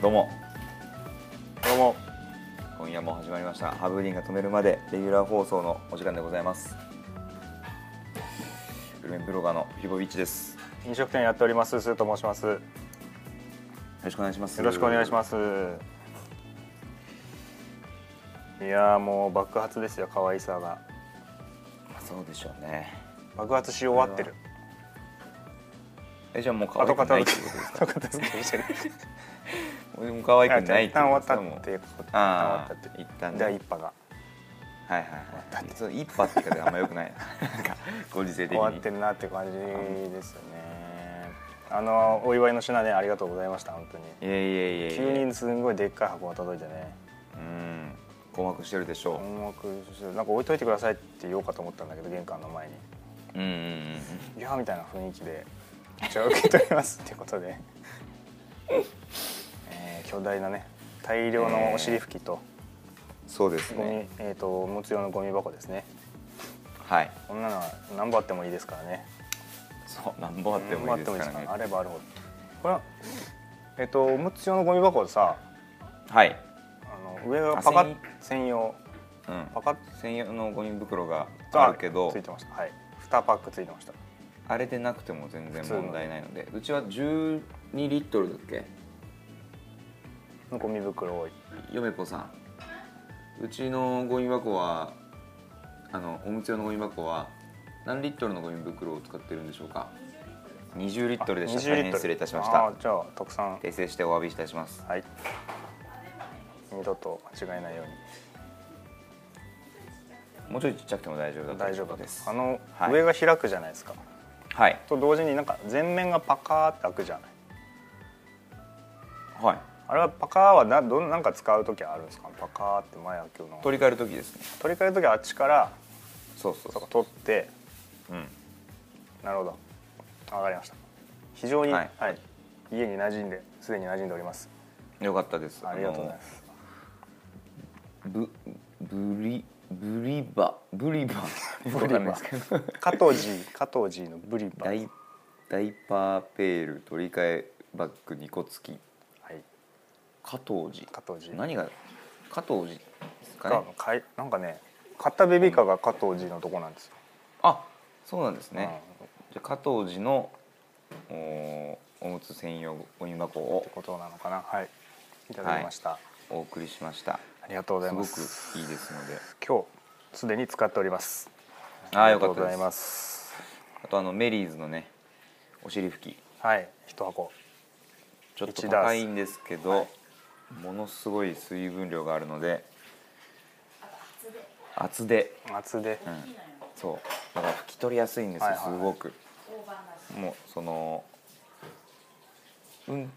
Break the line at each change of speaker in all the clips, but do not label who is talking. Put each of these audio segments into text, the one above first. どうも
どうも
今夜も始まりましたハブリンが止めるまでレギュラー放送のお時間でございますグルメブロガーのフィボビッチですよ
飲食店やっておりますスーと申しますよ
ろしくお願いします
ろしくお願いしますすいやーもう爆発ですよ可愛さが
そうでしょうね
爆発し終わってる
えじゃあもう可愛
後
く
片
ないっ
付
て
け
ことですか
後片付けしてる
俺も可愛
あ
く
じゃあ
ないっ
一
て
旦
こ
終
と
わ
ですか
ったっていうこと
ああ
一旦終わったって
一旦ね
第一波が
はいはいはいその一波って言い方あんま良くないななんかご時世的に
終わってるなって感じですよねあのお祝いの品ねありがとうございました本当に
いやいやいやいや
急にすんごいでっかい箱が届いてね
うん困惑してるでしょ
困惑してなんか置いといてくださいって言おうかと思ったんだけど玄関の前に
ううんうんうん
いやみたいな雰囲気でじゃあ受け取り ますってことで、えー巨大なね大量のお尻拭きと
そうです
ゴミ、
ね
えー、とおむつ用のゴミ箱ですね
はい
こんなのは何本あってもいいですからね
そう何本あってもいいですからね
何本あってもいいですからあればあるほどこれはえっ、とおむつ用のゴミ箱さ
はい、
あの上がパカッ
あ
専用
うん、
パカッ
専用のゴミ袋が
が
あるけど
ついてましたはい2パックついてました
あれでなくても全然問題ないのでうちは12リットルだっけ
ゴミ袋多い
嫁子さんうちのゴミ箱はあのおむつ用のゴミ箱は何リットルのゴミ袋を使ってるんでしょうか20リットルでした
20リ
大変
ットル
失礼いたしまし
あ
た
ーじゃあ特産
訂正してお詫びいたします
はい。二度と間違えないように。
もうちょいちっちゃくても大丈夫だと
大
いう
丈
こ
夫
とで
ですす。あの、
はい
上が開くじゃないですか。
はい
と同時になんか前面がパカーって開くじゃない。
はい
あれはパカーはなどんなんか使う時あるんですか。パカーって前開くの。
取り替える時ですね
取り替える時はあっちから
そうそう
そ
そ
こ取って。
う、うん、
なるほど。わかりました。非常に、
は
はいい、家に馴染んですでに馴染んでおります。
よかったです
ありがとうございま
あ
す。
のぶぶりぶりばぶりば
ブリバ
わかんないですけど
加藤 G 加藤 G のブリバ。
ダ
は
イダイパーペール取り替えバッグ2個付き
い。
加藤寺
加藤 G。
何が加藤寺ですか
が
ね
かいなんかね買ったベビーカーが加藤寺のとこなんですよ。
あそうなんですね、じゃあ加藤寺のおおむつ専用ゴミ箱
っ
を
てことなのかな。はい。いただきました。
お送りしました
ありがとうござ
す
いま
ご
す。
くいいですので
今日すでに使っております。
ああ
り
よ
がと
か
う
った
ござ
で
い
す
ます。
あとあのメリーズのねお尻拭き
はい、一箱。
ちょっと
1ダース
高いんですけど、ものすごい水分量があるので厚で
厚で、
うん、そうだから拭き取りやすいんですよ、
はいはいはい
すごくもうそのうん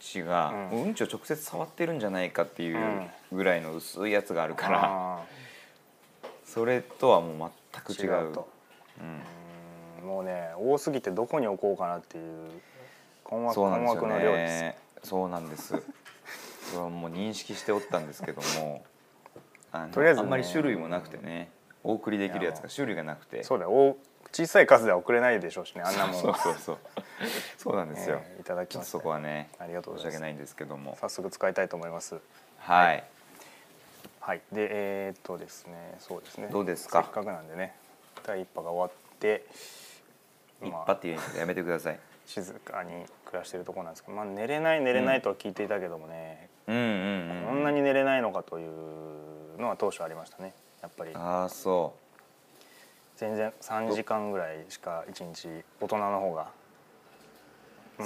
ちが、
うん
もううんちを直接触ってるんじゃないかっていううんぐらいの薄いやつがあるから、
あ
それとはもう全く
ー
違う
違うと。
うん、
うんもうね、多すぎてどこに置こうかなっていう困惑
そうなん
困
です
惑
よ
の量です。
ねそうなんですそれはもう認識しておったんですけどもあの
とりあえず
あ
ね
んまり種類もなくてねお送りできるやつが種類がなくて
そうだよ、お小さい数では送れないでしょうしね、あんなもん。
そうそうそうそうなんですよ、
えーいただき
ちょっ
ま
と
した
そこはね
ありがとうござい
申し
ます
訳ないんですけども
早速使いたいと思います。
はい
はい、で、えー、っとですね、そうですね。
どうですか
せっかくなんでね、第一波が終わって。
一
ま
波
あ
っていうのやめてください
静かに暮らしてるところなんですけど、まあ、寝れない寝れないとは聞いていたけどもね、
うんうんうん
こんなに寝れないのかというのは当初ありましたねやっぱり
ああそ
全然3時間ぐらいしか1日大人の方が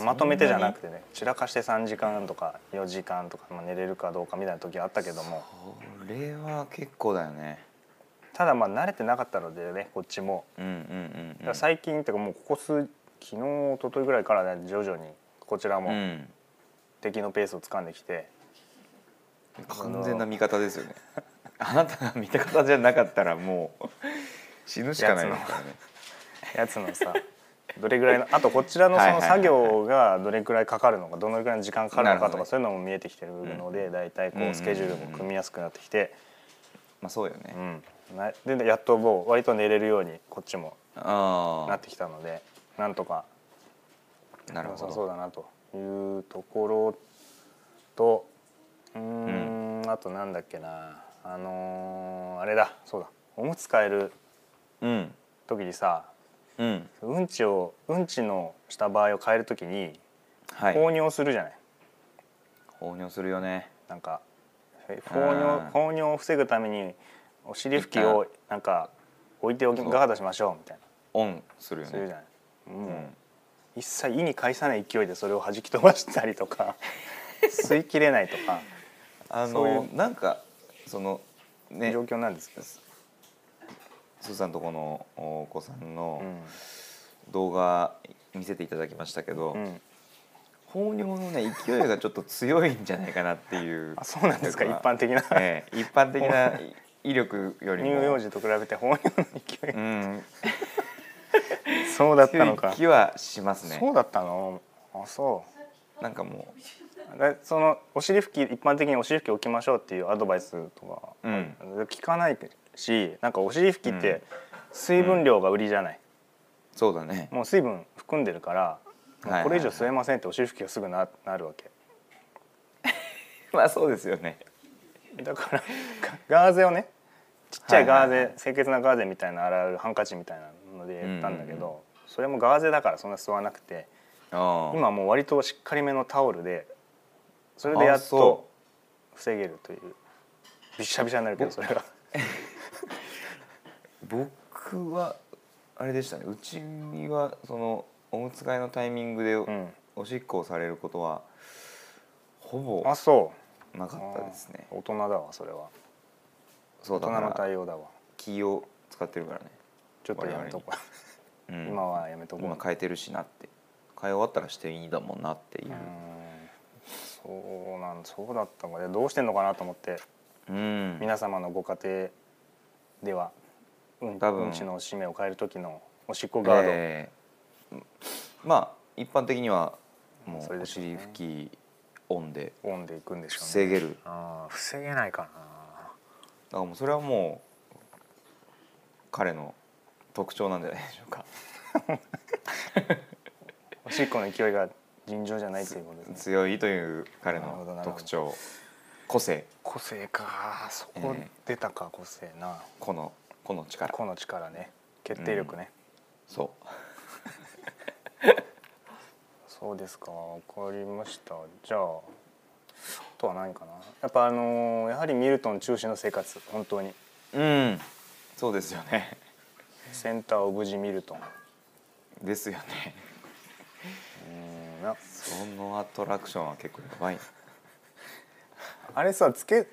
まとめてじゃなくてね散らかして3時間とか4時間とか、まあ、寝れるかどうかみたいな時あったけども
うこれは結構だよね
ただまあ慣れてなかったのでねこっちも。
うんうんう
だか
んう
ら
ん
最近っていうかもうここ数昨日一昨日ぐらいからね徐々にこちら
う
も
ん
敵のペースを掴んできて、
完全な味方ですよね あなたが味方じゃなかったらもう死ぬしかないですからね
やつのさ どれぐらいのあとこちらの
は
そ
いはい
の
はいはい
作業がどれくらいかかるのかどのくらいの時間かかるのかと
なるほどね
かそういうのも見えてきてるので大体こ
うんうんうんう
うんスケジュールも組みやすくなってきて、
まあそうよね、
うん、なでやっともう割と寝れるようにこっちも
あ
なってきたのでなんとか
あなる
良
ほ
さ
ど
そうだなというところとうーんあとなんだっけなあのーあれだそうだおむつ替える
うん
時にさ
うん
うんちをうんちのした場合を変える時に
はい
放尿するじゃない、
放尿するよね
なんかえ
あ
放
ー
尿放尿を防ぐためにお尻拭きをなんか置いておき
そう
ガハダしましょうみたい
オンするよ
なするじゃ
ね
ない、
う
もうん一切意に介さない勢いでそれを弾き飛ばしたり とか吸い切れないとか
あ
そうい
のなんかそのね
状況なんですけど、
スーさんとこのお子さん
う
の
ん
動画見せていただきましたけど、
うん、
放尿のね勢いがちょっと強いんじゃないかなっていう
あそうなんですか一
僕は
般的な、
ええ一般的 な威力よりも
乳幼児と比べて放尿の勢いが、
うん
そうだった
強
の
い
か、
気はしますね
そうだったのあそ
なんかも
うだそのお尻拭き一般的にお尻拭き置きましょうっていうアドバイスとか
う、うん、
聞かないしなんかお尻拭きっ
うん
て水分量が売りじゃない、
そうだね
もう水分含んでるから、
はいはい
これ以上吸えませんってお尻拭きがすぐななるわけ
まあそうですよね
だからガーゼをねちっちゃいガーゼ、
はいはいはい
清潔なガーゼみたいな洗うハンカチみたいなのでやったんだけど、それもガーゼだからそんな吸わなくて
ああ
今もう割としっかりめのタオルでそれでや
あ
っ
そ
と防げるというびっしゃびしゃになるけどそれが
僕はあれでしたねうちはそのおむつ替えのタイミングで
う
お
ん
おしっこをされることはほ
あ
ぼ
そう
なかったですね
あー大人だわそれは
そうだ
大
か
人の
ら
対応だわ
気を使ってるからね、
ちょっとやめとこ
う
う、
ん、
今はやめとこう
今変えてるしなって変え終わったらしていいんだもんなっていうう
ーんそうなんそうだったのかいやどうしてんのかなと思って
うん、
皆様のご家庭ではうん
多分
うんちの締めを変える時のおしっこガード、
えーまあ一般的にはも
そうれ
お
でしょう
尻
ね
拭きオンで
オンでいくんでしょう
防
ね
げる
あー防げないか
だからもうそれはもう彼の特徴なんじゃないでしょう か
なおしっこの勢いが尋常じゃないということですね
強いという彼
なるほど
の
なるほど
特徴個性
個性かそこ
ええ
出たか個性な
このこの力
個の力ね決定力ね、
そう
そうですかわかりましたじゃああとは何かなやっぱあのーやはりミルトン中心の生活本当に
うんそうですよね
センターオブジミルトン。う
ですよね
ーんな
そのアトラクションは結構やばい
あれさつけ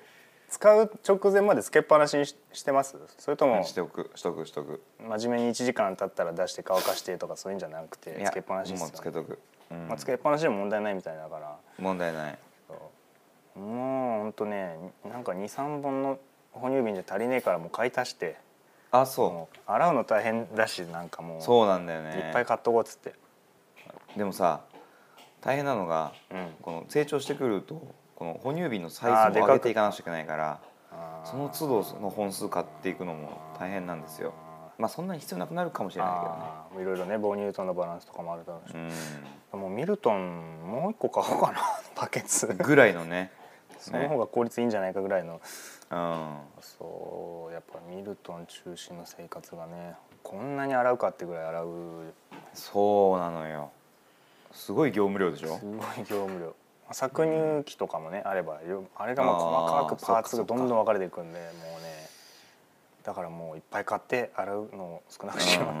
使う直前までつけっぱなしにししてますそれとも
しておくしとくしとく
真面目に1時間経ったら出して乾かしてとかそういうんじゃなくて
いや
つけっぱなしです
も
よ
う
ね
つけとく、うん
まあ、つけっぱなしでも問題ないみたいだから
問題ない
そうもうほんとねなんか23本の哺乳瓶じゃ足りねえからもう買い足して
あそ
もう洗うの大変だしなんかも
う
う
そうなんだよ
い
ね
っぱい買っとこうっつって、
でもさ大変なのが
うん、
この成長してくるとこの哺乳瓶の
あ
サ
ー
イ
で
ズも
かく
上げていかなきゃいけないから
あー
その都度その本数買っていくのも大変なんですよまあそんなに必要なくなるかもしれな
あーいろいろね母乳とのバランスとかもあるだろう
い
し
けどね
もうミルトンもう一個買おうかな バケツ
うんぐらいのね
その方が効率いいんじゃないかぐらいの
うん
そうやっぱミルトン中心の生活がねこんなに洗うかってぐらい洗う
そうなのよすごい業務量でし
す
ょ
ごい業務量搾乳機とかもねあればよあれがもう細かくパーツがどんどん分かれていくんでもうねだからもういっぱい買って洗うのを少なくし
う
よ
んうんう
う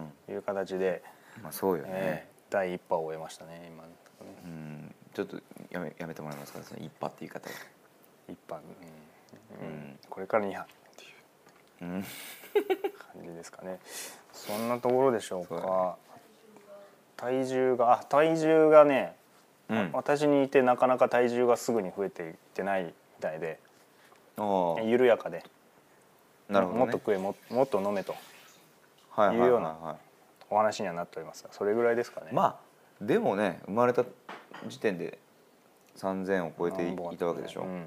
んうん
という形で、
まあそうよね、
えー第一波を終えましたね今のとこね
うんちょっとやめやめてもらえますかその一派っていう言い方は
一波、うんうん
うん
これから二波っていう
うん
感じですかね。そんなところでしょう
そうだ
か。体重があ体重がね、
うん
私にいてなかなか体重がすぐに増えていってないみたいで、
ああ
緩やかで、
なるほど、ね、
もっと食えももっと飲めと
はいはいいう
よ
は
う
い、
な
は
お話にはなっておりますが、それぐらいですかね。
い、まあでもね生まれた時点で3000を超えて
何本あって
いたわけでしょ、
うん、だ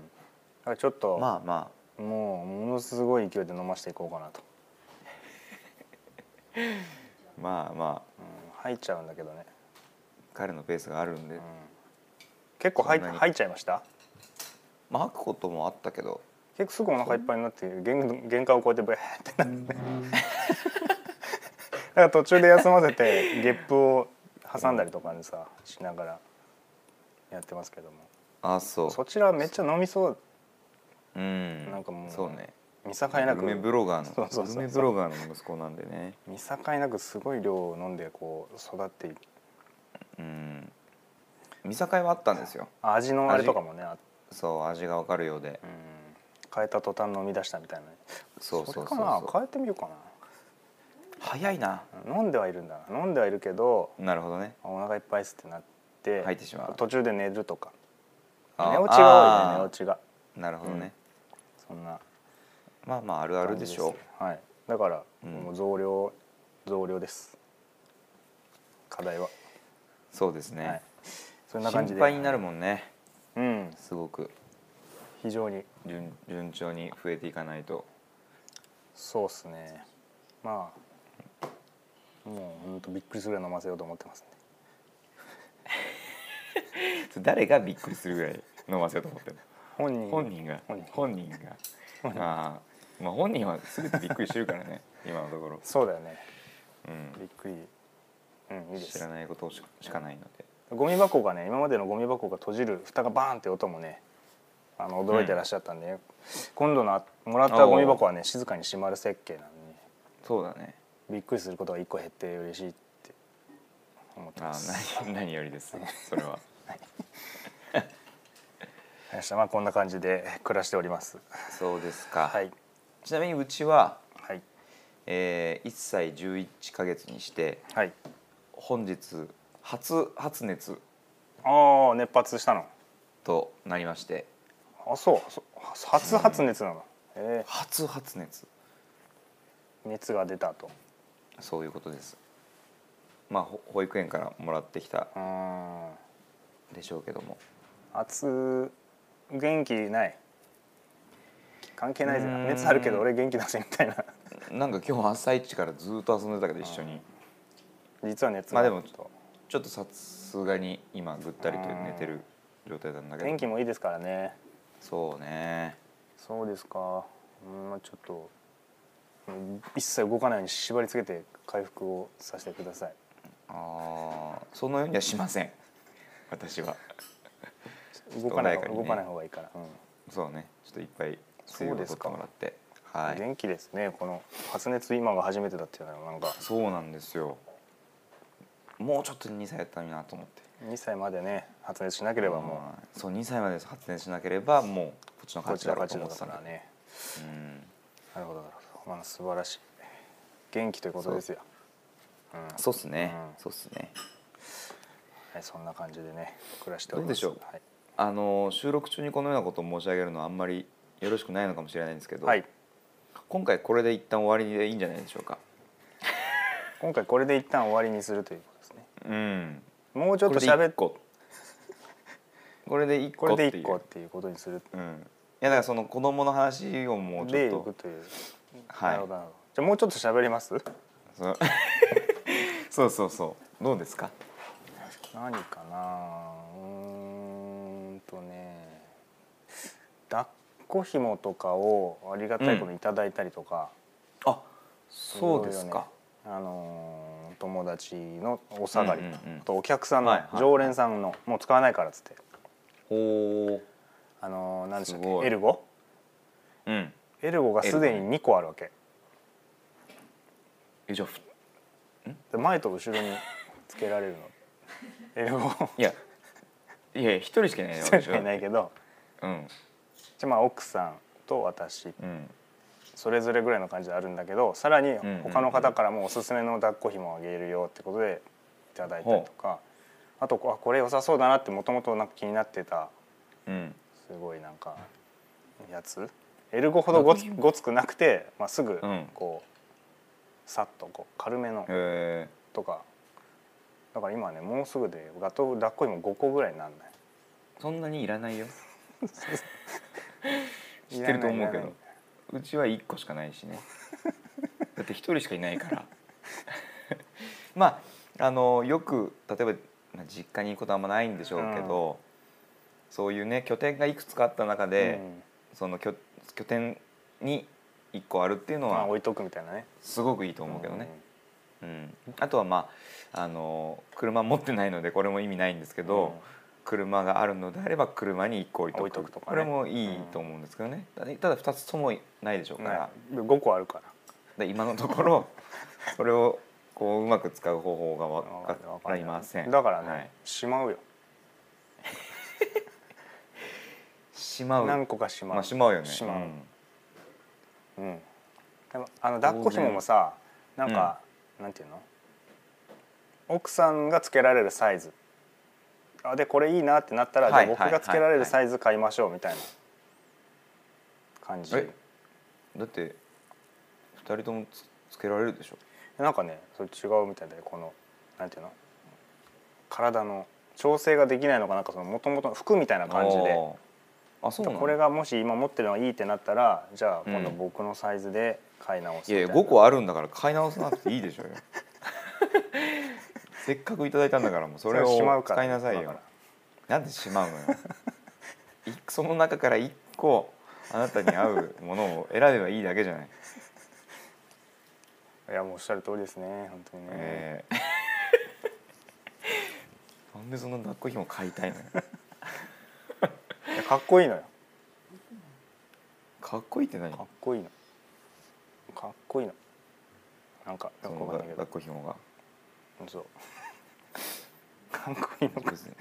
からちょっと、
まあま
もうものすごい勢いで飲ましていこうかな
あ
と、
まあまあ
うん、入っちゃうんだけどね。
彼のペースがあるんで、
うん結構入っ
そんなに
入っちゃいました
まあ吐くこともあったけど
結構すぐお腹いっぱいになって限限界を超えてブエーってなってだから途中で休ませてゲップを挟んだりとかにさしながらやってますけども
あそう
そちらめっちゃ飲みそう
うん
なんかもう
そうね
見境
グ
な
ル
く
メブロガーの
そうそうそうそう
グルメブロガーの息子なんでね
見境なくすごい量を飲んでこう育っていく
うん見境はあったんですよ
味のあれとかもねあ
そう味がわかるようで
うん変えた途端飲み出したみたいな
そうそうそう
れか
そ
な
う
変えてみようか
早いな
な飲んではいるんだな飲んではいるけど
なるほどね
お腹いっぱいっすってなって
吐いてしまう
途中で寝るとか
あ
寝落ちが多
あ
いね
ー
寝落ちが
なるほどね、
そんな
まあまああるあるでしょ
感じすはいだから、
うん
もう増量増量です課題は、
そうですね、
はいそんな感じ
心
で
配になるもんね
うん
すごく
非常に
順順調に増えていかないと
そうっすねまあもうほんとびっくりするぐらい飲ませようと思ってますね
それ誰がびっくりするぐらい飲ませようと思ってる
本人
本人が
本人
本人があーまあ本人は全てびっくりしてるから ね今のところ、
そうだよね
うん、
びっくりうんいいで
知ら
す
ないことしかしかないので
ゴミ箱がね今までのゴミ箱が閉じる蓋がバーンって音もねあの驚いてらっしゃったんで、今度のあもらったゴミ箱はね静かに閉まる設計なんでね、
そうだね
びっくりすることが一個減って嬉しいって思って
あ
ます。
ー 何何よりですそれは
明日まあこんな感じで暮らしております。
そうですか、
はい
ちなみにうちは、
はい
えー、1歳11ヶ月にして
はい。
本日初発熱
ああ熱発したの。
となりまして
あそうそ初発熱なの。え
初発熱
ー、熱が出たと。
そういうことですまあほ保育園からもらってきた
うーん
でしょうけども
熱元気ない。関係ないぜ
うーん
熱あるけど俺元気だぜみたいな
なんか今日朝一からずっと遊んでたけど一緒に
実は熱
まあでも
ちょっと
ちょっとさすがに今ぐったりと寝てる状態なんだけど
天気もいいですからね
そうね
そうですかうんまあちょっとうん一切動かないように縛りつけて回復をさせてください
あーそのようにはしません私は
動かな
穏
い
やかにね
動かない方がいいから、うん
そうねちょっといっぱい水分を取ってもらってはい
元気ですねこの発熱今が初めてだっていうのはなんか
そうなんですよもうちょっと2歳やったらいいなと思って
2歳までね発熱しなければも
うんそう2歳まで発熱しなければもうこっちの
うこ
勝
ち
ち
ら
だろ
勝
うと
ち
思
だ
ってた
か
んだ
らね
うん
なるほどなるほど、まあ、素晴らしい元気ということですようん
そうっすね、
うん
そうっすね
はい、そんな感じでね暮らしており
ど
ま
う
す
でしょう
はい、
あの収録中にこのようなことを申し上げるのはあんまりよろしくないのかもしれないんですけど、
はい、
今回これで一旦終わりでいいんじゃないでしょうか
今回これで一旦終わりにするということですね
うん
もうち
ち
ょっと喋っ
個これで一
こ
個
れ
って
で
いう
一個っていうことにする
うんいやだからその子供の話をもうち
で
ょっ
いく
と
という、
はい
なるほどなるほどじゃあもうちょっと喋ります
その そうそうそうどうですか
何かなうーんとね抱っこ紐とかをありがたいことにいただいたりとか、
あそうですか、
いろいろねあのー友達のお下がりと、
うんうんうん
あとお客さんの、
はいはい
常連さんのもう使わないからっつって
ほ
あのー何でしたっ
すご
け
い
エルゴ
ううん
エルゴがすで
エルゴ
に2個あるわけ
えじゃあふ
で前と後ろにつけら れるのエルゴ
いやいや一人しかいないわけ
一
でし
人
ょ
はいないけど
うん
じゃあまあ奥さんと私
うん
それぞれぐらいの感じであるんだけどさらに
んうんうん
他の方からもおすすめの抱っこ紐をあげるよってことでいただいたりとかあとあこれ良さそうだなってもともと気になってた
うん
すごいなんかやつエルゴほどごつ
抱っこ
ごつくなくて、まあ、すぐ
うん
こうさっとこう軽めの
へえ
とかだから今ねもうすぐでガト抱っこ紐5個ぐらいになんない
そんなにいらないよ知ってると思うけ
いらない
どうちは1個しかないし ねだって1人しかいないから まああのよく例えば、まあ、実家に行くことはあんまないんでしょうけど、そういうね拠点がいくつかあった中で、
うん
その拠拠点に1個あるっていうの
まあ
は
置いとくみたいなね
すごくいいと思うけどね、うん、あとはまああの車持ってないのでこれも意味ないんですけ
うん
ど、車があるのであれば車に1個置いとく
置いとくとかね
これもいいと思うんですけどね、ただただ2つともないでしょうから,、
ね、5個あるから
で今のところそれをこううまく使う方法がわ
わ
かりません
だからね、
はい
しまうよ
しまう
何個かしまう、
まあ、しまうよね
しまうんうん、でもあの抱っこ紐もさなんか、なんていうの奥さんがつけられるサイズあでこれいいなってなったら、
はい
じゃあ
はい
僕がつけられるサイズ買いましょうみたいな感じ、
えだって2人ともつつけられるでしょ
なんかねそれ違うみたいでこのなんていうの体の調整ができないのかなんかその元々の服みたいな感じで
あーあそうなの
これがもし今持ってるのがいいってなったらじゃあ今度
うん
僕のサイズで買い直す
いやい
み
や
たいな、
5個あるんだから買い直さなくていいでしょうよ せっかくいただいたんだからもうそれ
しま
を
うから
使いなさい
だ
よ
か
なんでしまうのよいその中から1個あなたに合うものを選べばいいだけじゃない、
らいやもうおっしゃる通りですね本当にね、
えーなんでその抱っこ紐買いたいのよ
いやかっこいいのよ
かっこいいって何
かっこいいのかっこいいのなんか
そ
よく
の
わかんないけ
抱っ
ど
こ紐が
そう かっこいいのか
別に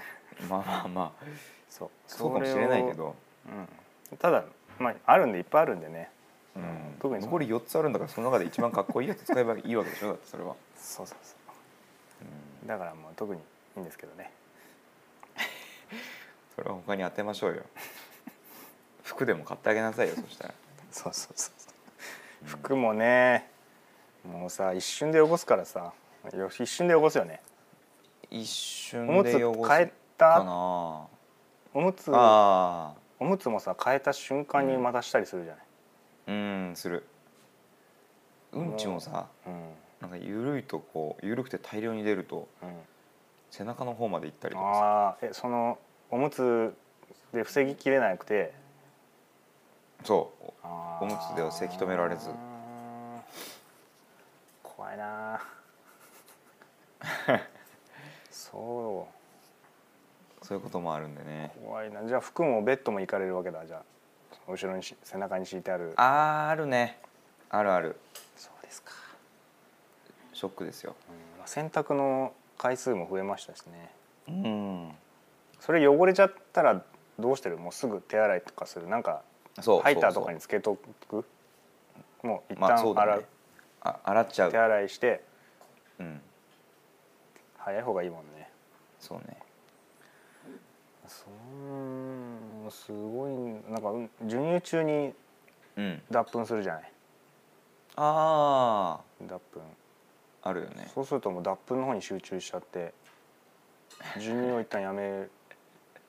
まあまあまあ
そう
そうかもしれないけ、ど、
それをうん、ただまああるんでいっぱいあるんでね
うん
特にその
残り4つあるんだからその中で一番かっこいいやつ使えばいいわけでしょだってそれは。
そうそうそうだからもう特にいいんですけどね
それは他に当てまし ょうよ服でも買ってあげなさいよそしたら
そうそうそうそう服もねもうさ一瞬で汚すからさよ一瞬で汚すよね
一
お
瞬
むつ
で汚す
変え
か
た
な
おむつ
あ
おむつもさ変えた瞬間にまたしたりするじゃない、
あうんするうんちもさ
うん
なんか緩いとこう緩くて大量に出ると
うん、
背中の方まで行ったりとかさ
ああーえそのおむつで防ぎきれなくて
そう
お
おむつではせき止められず
怖 いなーそ
そういうこともあるんでね
う怖いなじゃあ服もベッドも行かれるわけだじゃあその後ろにし背中に敷いてある
あーあるねあるある
そうですか、
ショックですよ
うんまあ洗濯の回数も増えましたしね
うん
それ汚れちゃったらどうしてるもうすぐ手洗いとかするなんか
そう
ハイターとか
そう
につけとくもう一
ま
旦
あそうだ
洗う,、
ねあ洗っちゃう
手洗いして
うん
早い方がいいもんね
そうね
そうんすごいなんかうん授乳中に
うん
脱粉するじゃない
あ
脱粉
ああるよね
そうするともう脱粉の方に集中しちゃって授乳を一旦やめる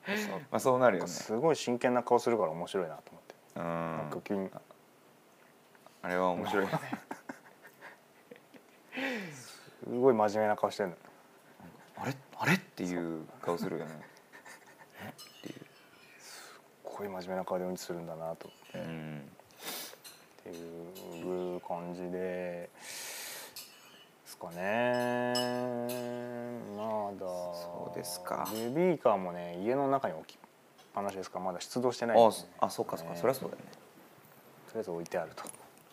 そう
まあそうなる
な
よ
ん
ね。
かすごい真剣な顔するから面白いなと思って、
うん。
なんか急に
あれは面白いね。
すごい真面目な顔してるの
あれあれっていう顔するよね。えっていう。
こういう真面目な顔でうんちするんだなと思って、
うん。
っていう感じでですかねまだ
そうですか
ベビーカーもね家の中に置きっぱなしですからまだ出動してない
あ
ですね、
あ、そうかそうか。
ね
そりゃそうだよ
とりあえず置いてあると
ね。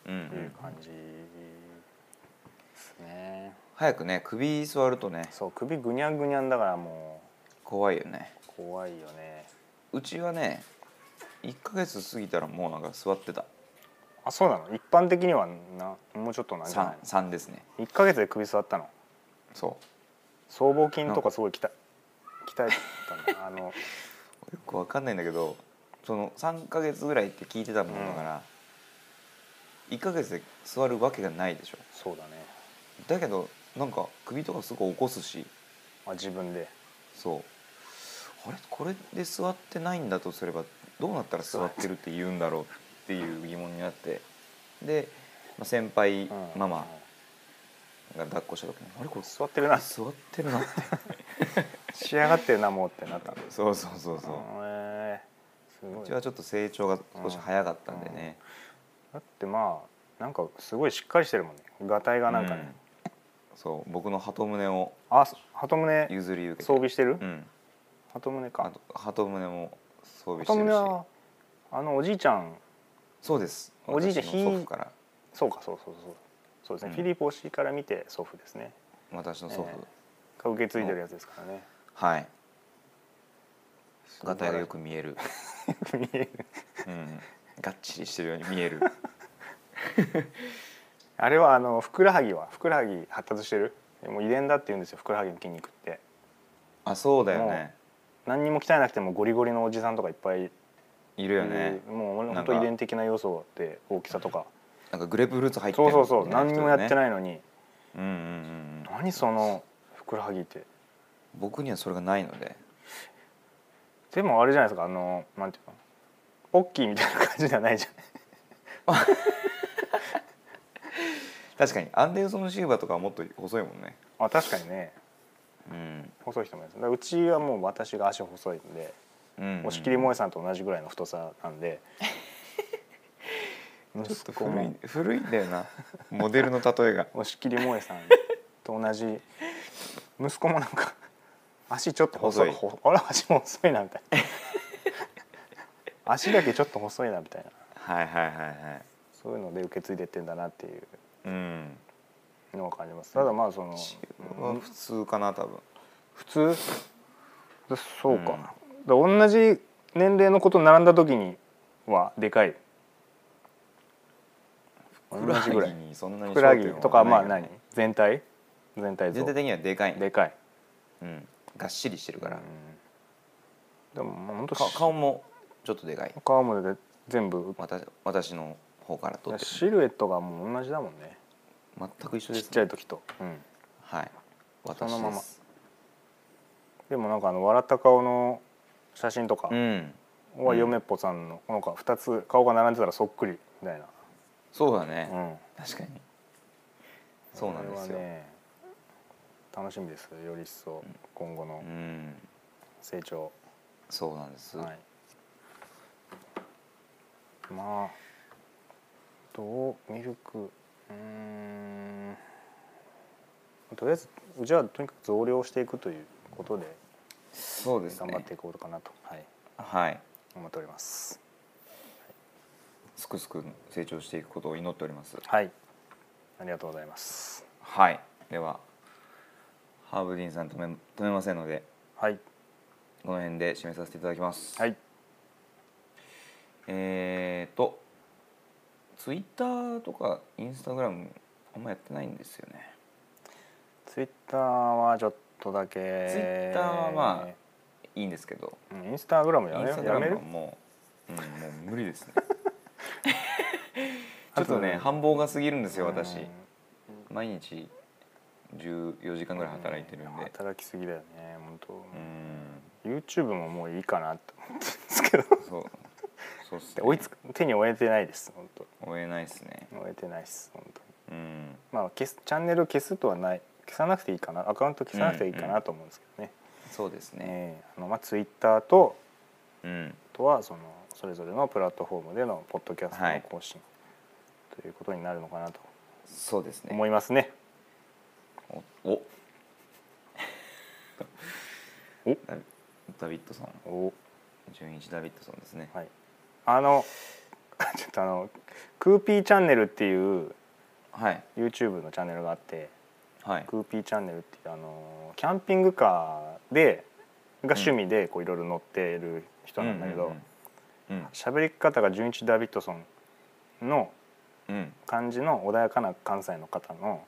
う。
いうん感じですね、
早くね、首座るとね、
そう首ぐにゃんぐにゃんだからも
怖いよね。
う怖いよね
うちはね、一ヶ月過ぎたらもうなんか座ってた。
あそうなの一般的にはなもうちょっとなんじゃない
三三ですね。
の1ヶ月で首座ったの
そ
僧帽筋とかすごい鍛え鍛えてたのあの
う。よくわかんないんだけど、その三ヶ月ぐらいって聞いてたもんだから、一、ヶ月で座るわけがないでしょ。
そうだね
だけどなんか首とかすごい起こすし。
あ自分で
そうあれこれで座ってないんだとすればどうなったら座ってるって言うんだろうっていう疑問になってで、まあ、先輩
うん
ママが抱っこした時に「あれこれ
座ってるな
座ってるな」って
仕上がってるなもうってなった
そうそうそうそう
うんえすご
う
い
ちはちょっと成長が少し早かったんでね、
だってまあなんかすごいしっかりしてるもんねがたいがなんかね、
うんそう僕の鳩胸を
あ鳩胸
譲り受けて
装備してる
うん
鳩胸
あ
か
と鳩胸も装備し
鳩
てる
胸
し
はあのおじいちゃん
そうです
おじいちゃん
私の祖父から
そうかそうそうそうそうですね、
うん
フィリポ氏から見て祖父ですね
私の祖父、
えが受け継いでるやつですからね
はいがたいがよく見える、
見える
うん、がっちりしてるように見える
あれはあのふくらはぎはふくらはぎ発達してるもう遺伝だって言うんですよふくらはぎの筋肉って
あそうだよね
何にも鍛えなくてもゴリゴリのおじさんとかいっぱいい
いるよね、
もう
なんか
本当遺伝的な要素で大きさとか
なんかグレープフルーツ入って
そうそうそう、
みたい
何にもやって
人ね
ないのに
うんうんうんうん
何そのふくらはぎって
僕にはそれがないので
でもあれじゃないですかあのなんていうのポッキーみたいな感じじゃないじゃない
確かにアンデルソン・シルバーとかはもっと細いもんね
あ確かにね
うん
細い人もいますだからうちはもう私が足細いんで
うんうん
押切萌さんと同じぐらいの太さなんで
ちょっと
息子
古い
も
古いんだよなモデルの例えが
押切萌さんと同じ息子もなんか足ちょっと細い
細
ほあれ足も細いなみたいな 足だけちょっと細いなみたいな
はいはいはいはい
そういうので受け継いでってんだなっていう
うん
のを感じますただまあその
シルバーは普通かな多分
普通そうか,、同じ年齢のこと並んだ時にはでかい同
ふくら
じぐ
は
ら
ぎ
い
にそんな
ふ
に
くらはぎとかまあ
焦点は
何
い
全体全体像
全体的にはでかい
でかい
うんがっしりしてるから
うんでももう本当
か顔もちょっとでかい
顔もで全部
私私の方から撮って
シルエットがもう同じだもんね
全く一緒
ち
で
っ
す
ちゃい時と、うん、
はい私
そのまま
です
でもなんかあの笑った顔の写真とか
うん
は嫁っぽさんのなんか2つ顔が並んでたらそっくりみたいな、
そうだね
うん、
確かにそうなんです
こ
よ
れはね楽しみですより一層今後
う
の
ん
成長、
そうなんです
はいまあどうミルクうーんとりあえずじゃあとにかく増量していくということで
そうです
頑張っ
ね
ていこうかなと、はい、
はい
思っております
すくすく成長していくことを祈っております
はいありがとうございます
はいではハーブディーンさん止め止めませんので
はい
この辺で締めさせていただきます、
はい
えーとツイッターとかインスタグラムあんまやってないんですよね
ツイッターはちょっとだけツイ
Twitter はまあいいんですけど
うんインスタグラム
イ
や
ン
め
スタグ
や
ラ
め
ム
る
はもう、うん、もう無理です ねちょ
あ
っとね繁忙が過ぎるんですよ私
うん
毎日14時間ぐらい働いてるんで
働きすぎだよね本当
う、ん
YouTube ももういいかなって思ってるんですけど
そうそうっすね
で 追いつく手に追えてないです本当
追えないですね
追えてないです本当に
うん
まあ消すチャンネル消すとはない消さなくていいかなアカウント消さなくていいかなと思うんですけどね、
そうですね
ええあのまあ Twitter と
うん
あとはそのそれぞれのプラットフォームでのポッドキャスト
は
の
い
更新、ということになるのかなと
そうですね
思いますね
おお
お
ダビダビッドソン
お
純一ダビッドソンですね、
はい、あの ちょっとあのクーピーチャンネルっていう
はい、
YouTube のチャンネルがあって
はい、
クーピーチャンネルっていうあのキャンピングカーでが趣味でこういろいろ乗ってる人なんだけど
うんうん
喋、り方が純一ダビッドソンの
うん、うん
感じの穏やかな関西の方の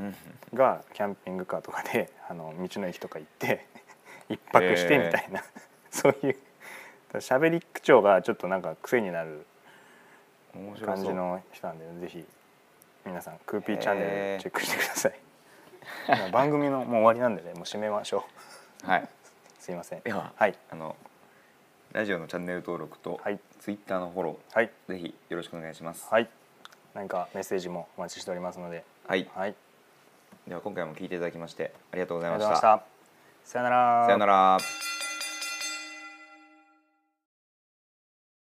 うんうん
がキャンピングカーとかで あの道の駅とか行って 一泊してみたいな、 そういう喋り口調がちょっとなんか癖になる
面白
感
そう
じの人なんでぜひ皆さんクーピーチャンネ
へー
ルチェックしてくださいまあ番組のもう終わりなんでねもう締めましょう
はい
すいません
では
はい
あのラジオのチャンネル登録と、
はい
ツイッターのフォロ
はい
ーぜひよろしくお願いします
はい何かメッセージもお待ちしておりますので
はい、
はい
では今回も聞いていただきましてありがとうござい
ありが
ま
と
し
うございましたたさよなら
さよなら